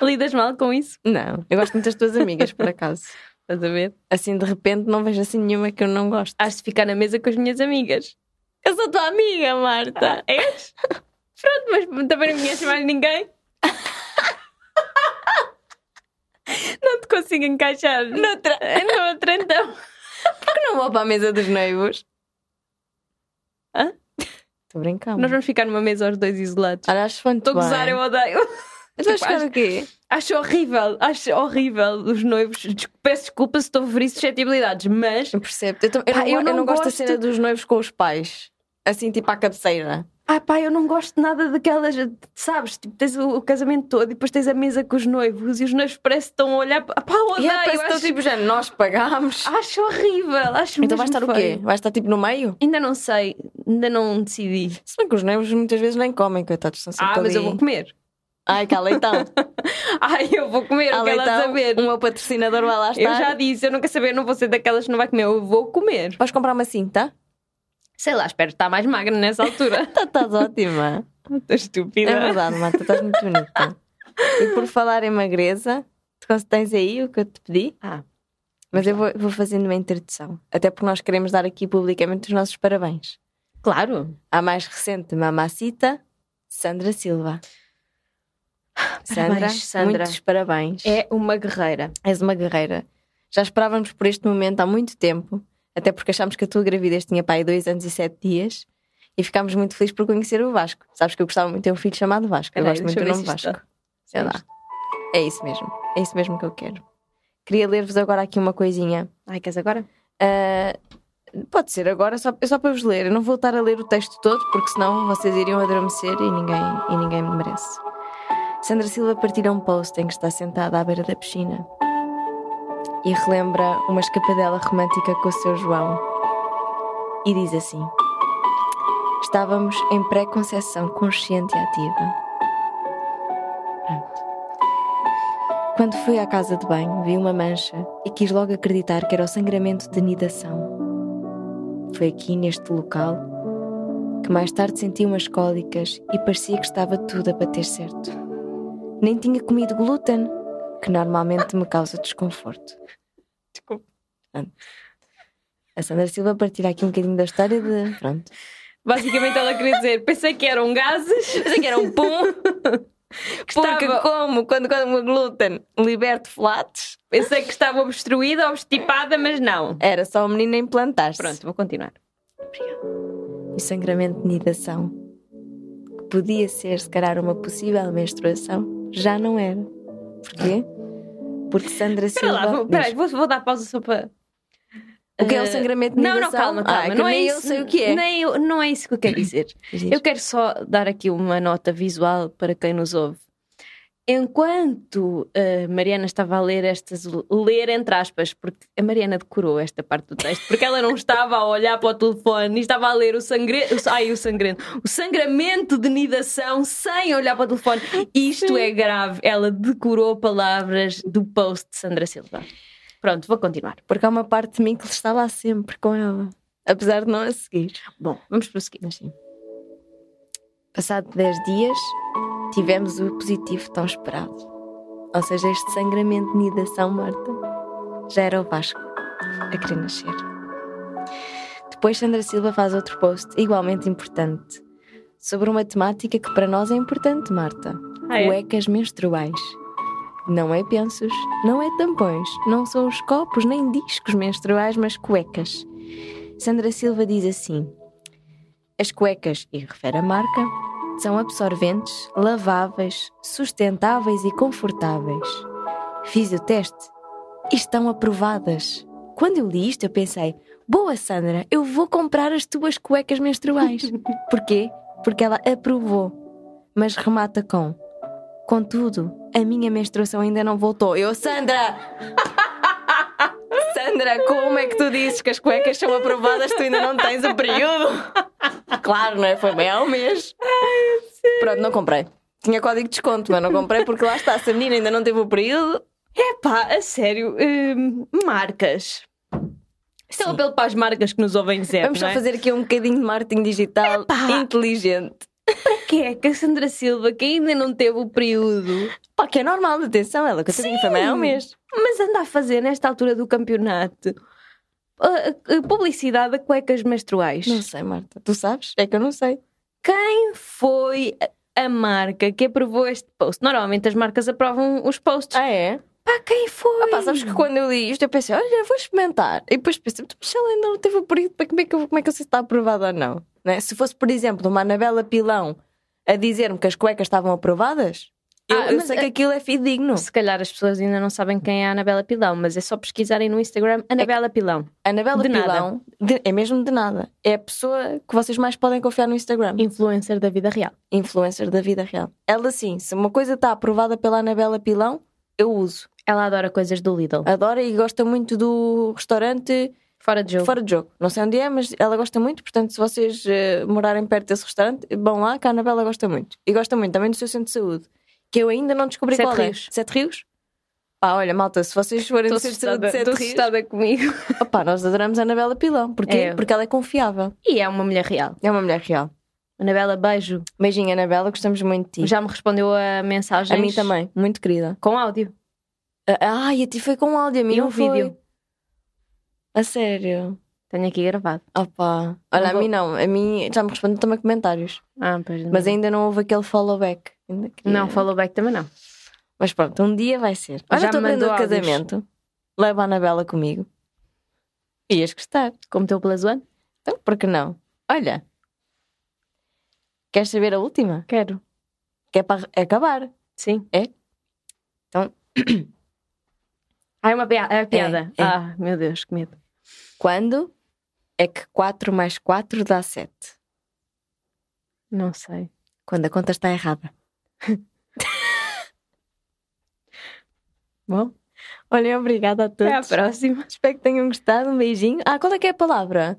Speaker 2: Lidas mal com isso,
Speaker 1: não, eu gosto muito das tuas amigas, por acaso.
Speaker 2: estás a ver?
Speaker 1: Assim, de repente, não vejo assim nenhuma que eu não gosto.
Speaker 2: Hás de ficar na mesa com as minhas amigas. Tá?
Speaker 1: Eu sou tua amiga, Marta.
Speaker 2: És? Pronto, mas também não conheces mais ninguém. Não te consigo encaixar.
Speaker 1: Noutra.
Speaker 2: Noutra, então.
Speaker 1: Porque não vou para a mesa dos noivos?
Speaker 2: Hã?
Speaker 1: Estou brincando.
Speaker 2: Nós vamos ficar numa mesa aos dois isolados.
Speaker 1: Olha, acho muito
Speaker 2: Estou a
Speaker 1: bem. Então,
Speaker 2: gozar, eu odeio.
Speaker 1: Mas vais
Speaker 2: Tipo,
Speaker 1: ficar
Speaker 2: acho-
Speaker 1: o quê?
Speaker 2: Acho horrível, acho horrível os noivos. Des- Peço desculpa se estou a ferir suscetibilidades, mas.
Speaker 1: Eu percebo. Eu, tam- eu
Speaker 2: Pá,
Speaker 1: não,
Speaker 2: eu
Speaker 1: eu
Speaker 2: não
Speaker 1: não gosto da
Speaker 2: gosto-
Speaker 1: cena dos noivos com os pais. Assim, tipo à cabeceira.
Speaker 2: Ai pá, eu não gosto nada daquelas. Sabes? Tipo, tens o, o casamento todo e depois tens a mesa com os noivos e os noivos parecem que estão a olhar. pa- Pá, odeio,
Speaker 1: E é, parece
Speaker 2: eu
Speaker 1: que estou
Speaker 2: acho,
Speaker 1: tipo, já nós pagámos.
Speaker 2: acho horrível, acho
Speaker 1: então vai
Speaker 2: mesmo
Speaker 1: estar o
Speaker 2: feio.
Speaker 1: quê? Vai estar tipo no meio?
Speaker 2: Ainda não sei, ainda não decidi.
Speaker 1: Se bem que os noivos muitas vezes nem comem, coitados, estão sempre
Speaker 2: ah,
Speaker 1: ali.
Speaker 2: mas eu vou comer.
Speaker 1: Ai, cala então.
Speaker 2: Ai, eu vou comer, eu
Speaker 1: Cala
Speaker 2: quero lá
Speaker 1: então,
Speaker 2: saber.
Speaker 1: o meu patrocinador vai lá estar.
Speaker 2: é? Eu já disse, eu não quero saber, eu não vou ser daquelas que não vai comer, eu vou comer.
Speaker 1: Vais comprar uma cinta?
Speaker 2: Sei lá, espero estar mais magra nessa altura.
Speaker 1: Tá, estás ótima.
Speaker 2: Estou estúpida.
Speaker 1: É verdade, Marta, estás muito bonita. E por falar em magreza, tu tens aí o que eu te pedi?
Speaker 2: Ah,
Speaker 1: Mas eu vou, vou fazendo uma introdução. Até porque nós queremos dar aqui publicamente os nossos parabéns.
Speaker 2: claro.
Speaker 1: À mais recente mamacita, Sandra Silva. Sandra,
Speaker 2: Parabéns, Sandra.
Speaker 1: muitos parabéns.
Speaker 2: É uma guerreira.
Speaker 1: És uma guerreira. Já esperávamos por este momento há muito tempo, até porque achámos que a tua gravidez tinha pai dois anos e sete dias e ficámos muito felizes por conhecer o Vasco. Sabes que eu gostava muito de ter um filho chamado Vasco. Eu
Speaker 2: Peraí,
Speaker 1: gosto muito do
Speaker 2: deixa eu
Speaker 1: nome
Speaker 2: ver se
Speaker 1: Vasco.
Speaker 2: isto
Speaker 1: Sei lá. É isso mesmo. É isso mesmo que eu quero. Queria ler-vos agora aqui uma coisinha.
Speaker 2: Ai, queres agora?
Speaker 1: Ah, pode ser agora, só, é só para vos ler. Eu não vou estar a ler o texto todo, porque senão vocês iriam adormecer e ninguém, e ninguém me merece. Sandra Silva partilha um post em que está sentada à beira da piscina e relembra uma escapadela romântica com o seu João. E diz assim: Estávamos em pré-conceção consciente e ativa. Quando fui à casa de banho, vi uma mancha e quis logo acreditar que era o sangramento de nidação. Foi aqui, neste local, que mais tarde senti umas cólicas e parecia que estava tudo a bater certo. Nem tinha comido glúten, que normalmente me causa desconforto.
Speaker 2: Desculpa.
Speaker 1: A Sandra Silva partilha aqui um bocadinho da história de. Pronto.
Speaker 2: Basicamente ela queria dizer, pensei que eram gases. Pensei que era um pum.
Speaker 1: Porque como quando como glúten liberto flatos,
Speaker 2: Pensei que estava obstruída, obstipada, mas não.
Speaker 1: era só o menino a implantar-se.
Speaker 2: Pronto, vou continuar.
Speaker 1: e sangramento de nidação, que podia ser, se calhar, uma possível menstruação, já não era. Porquê? Porque Sandra
Speaker 2: Espera
Speaker 1: Silva.
Speaker 2: lá, vou, peraí,
Speaker 1: diz,
Speaker 2: vou, vou dar pausa só para.
Speaker 1: o que é o sangramento de
Speaker 2: Não,
Speaker 1: nidação?
Speaker 2: não, calma, calma.
Speaker 1: Ah, que
Speaker 2: não é
Speaker 1: nem
Speaker 2: isso.
Speaker 1: eu sei o que é.
Speaker 2: Nem eu- não é isso que eu quero dizer.
Speaker 1: Diz.
Speaker 2: Eu quero só dar aqui uma nota visual para quem nos ouve. Enquanto a Mariana estava a ler estas, ler entre aspas, porque a Mariana decorou esta parte do texto, porque ela não estava a olhar para o telefone e estava a ler o sangrento, ai, o sangrento, o sangramento de nidação sem olhar para o telefone. Isto é grave. Ela decorou palavras do post de Sandra Silva. Pronto, vou continuar.
Speaker 1: Porque há uma parte de mim que está lá sempre com ela, apesar de não a seguir.
Speaker 2: Bom, vamos prosseguir.
Speaker 1: Mas sim. Passado 10 dias, tivemos o positivo tão esperado. Ou seja, este sangramento de nidação morta já era o Vasco a querer nascer. Depois, Sandra Silva faz outro post igualmente importante sobre uma temática que para nós é importante, Marta:
Speaker 2: Ah, é?
Speaker 1: cuecas menstruais. Não é pensos, não é tampões, não são os copos nem discos menstruais, mas cuecas. Sandra Silva diz assim: as cuecas, e refere a marca, são absorventes, laváveis, sustentáveis e confortáveis. Fiz o teste e estão aprovadas. Quando eu li isto, eu pensei: boa, Sandra, eu vou comprar as tuas cuecas menstruais. Porquê? Porque ela aprovou. Mas remata com: contudo, a minha menstruação ainda não voltou. Eu, Sandra! Sandra, como é que tu dizes que as cuecas são aprovadas tu ainda não tens o período? Claro, não é? Foi bem há um mês. Pronto, não comprei. Tinha código de desconto, mas não comprei porque lá está, se a menina ainda não teve o período.
Speaker 2: Epá, a sério, hum, marcas. Isto é um apelo para as marcas que nos ouvem dizer.
Speaker 1: Então, Vamos
Speaker 2: não
Speaker 1: só
Speaker 2: é?
Speaker 1: fazer aqui um bocadinho de marketing digital inteligente.
Speaker 2: Que é que a Sandra Silva, que ainda não teve o período,
Speaker 1: Pá, que é normal, atenção, ela que eu tenho
Speaker 2: é
Speaker 1: também há um mês.
Speaker 2: mas anda a fazer nesta altura do campeonato a- a publicidade a cuecas menstruais.
Speaker 1: Não sei, Marta, tu sabes? É que eu não sei.
Speaker 2: Quem foi a- a marca que aprovou este post? Normalmente as marcas aprovam os posts.
Speaker 1: Ah, é?
Speaker 2: Pá, quem foi?
Speaker 1: Pá, sabes que quando eu li isto eu pensei, olha, vou experimentar. E depois pensei, "Então, mas se ela ainda não teve o período, para como é que eu, como é que eu sei se está aprovada ou não? Né? Se fosse, por exemplo, uma Anabela Pilão a dizer-me que as cuecas estavam aprovadas, eu,
Speaker 2: Ah,
Speaker 1: eu
Speaker 2: mas,
Speaker 1: sei
Speaker 2: ah,
Speaker 1: que aquilo é fidedigno.
Speaker 2: Se calhar as pessoas ainda não sabem quem é a Anabela Pilão, mas é só pesquisarem no Instagram Anabela Pilão.
Speaker 1: Anabela
Speaker 2: de nada.
Speaker 1: Pilão de- é mesmo de nada. É a pessoa que vocês mais podem confiar no Instagram.
Speaker 2: Influencer da vida real.
Speaker 1: Influencer da vida real. Ela sim, se uma coisa está aprovada pela Anabela Pilão, eu uso.
Speaker 2: Ela adora coisas do Lidl.
Speaker 1: Adora e gosta muito do restaurante
Speaker 2: Fora de jogo.
Speaker 1: Fora de jogo. Não sei onde é, mas ela gosta muito. Portanto, se vocês eh, morarem perto desse restaurante, vão lá, que a Anabela gosta muito. E gosta muito também do seu centro de saúde, que eu ainda não descobri
Speaker 2: Sete
Speaker 1: qual
Speaker 2: Rios.
Speaker 1: é. Sete Rios? Pá, olha, malta, se vocês forem
Speaker 2: Estou
Speaker 1: do centro de saúde
Speaker 2: assustada,
Speaker 1: de
Speaker 2: estou
Speaker 1: Sete Rios,
Speaker 2: assustada comigo.
Speaker 1: opá, nós adoramos a Anabela Pilão. Porquê?
Speaker 2: É.
Speaker 1: Porque ela é confiável.
Speaker 2: E é uma mulher real.
Speaker 1: É uma mulher real.
Speaker 2: Anabela, beijo.
Speaker 1: Beijinho, Anabela, gostamos muito de ti.
Speaker 2: Já me respondeu a mensagem.
Speaker 1: a mim também, muito querida.
Speaker 2: Com áudio.
Speaker 1: Ah, e a ti foi com áudio, a mim
Speaker 2: E
Speaker 1: não
Speaker 2: um
Speaker 1: foi.
Speaker 2: vídeo.
Speaker 1: A sério.
Speaker 2: Tenho aqui gravado.
Speaker 1: Opá. Olha,
Speaker 2: Não
Speaker 1: a
Speaker 2: vou-
Speaker 1: mim não. A mim já me respondeu também comentários.
Speaker 2: Ah, pois não.
Speaker 1: Mas ainda não houve aquele follow back. Ainda queria-
Speaker 2: Não, falou back também não.
Speaker 1: Mas pronto, um dia vai ser. Olha,
Speaker 2: Já
Speaker 1: estou
Speaker 2: me
Speaker 1: aprendendo o
Speaker 2: mandou áudios.
Speaker 1: casamento. Leva a Anabela comigo. Ias gostar.
Speaker 2: Como teu plazoano?
Speaker 1: Então, por que não? Olha. Queres saber a última?
Speaker 2: Quero.
Speaker 1: Que é para acabar.
Speaker 2: Sim.
Speaker 1: É? Então-
Speaker 2: Ah, é uma piada. É uma piada.
Speaker 1: é.
Speaker 2: Ah, meu Deus, que medo.
Speaker 1: Quando é que 4 mais 4 dá 7?
Speaker 2: Não sei.
Speaker 1: Quando a conta está errada.
Speaker 2: Bom,
Speaker 1: Olha, obrigada a todos.
Speaker 2: até à É próxima.
Speaker 1: Espero que tenham gostado. Um beijinho. Ah, qual é que é a palavra?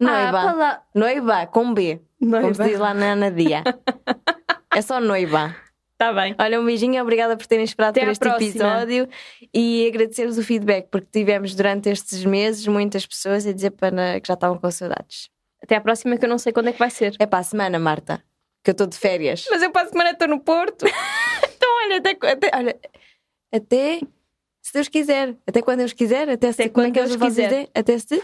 Speaker 2: Ah,
Speaker 1: Noiva.
Speaker 2: pala-
Speaker 1: Noiva, com B. Como se diz
Speaker 2: Noiva.
Speaker 1: lá na Anadia. é só noiva.
Speaker 2: Tá bem.
Speaker 1: Olha, um beijinho, obrigada por terem esperado
Speaker 2: Até
Speaker 1: por
Speaker 2: à
Speaker 1: este
Speaker 2: próxima.
Speaker 1: episódio e agradecer-vos o feedback, porque tivemos durante estes meses muitas pessoas a dizer para que já estavam com saudades.
Speaker 2: Até à próxima que eu não sei quando é que vai ser.
Speaker 1: É para a semana, Marta, que eu estou de férias.
Speaker 2: Mas eu para a semana estou no Porto.
Speaker 1: Então, olha, até, qu- até- olha, até se Deus quiser, até quando Deus quiser, até se
Speaker 2: Até
Speaker 1: como é que
Speaker 2: quando
Speaker 1: eles
Speaker 2: Deus
Speaker 1: vão
Speaker 2: quiser.
Speaker 1: dizer? até se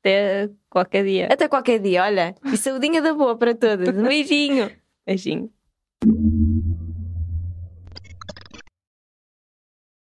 Speaker 2: Até qualquer dia.
Speaker 1: até qualquer dia, olha. E saudinha da boa para todas. Um beijinho.
Speaker 2: Beijinho.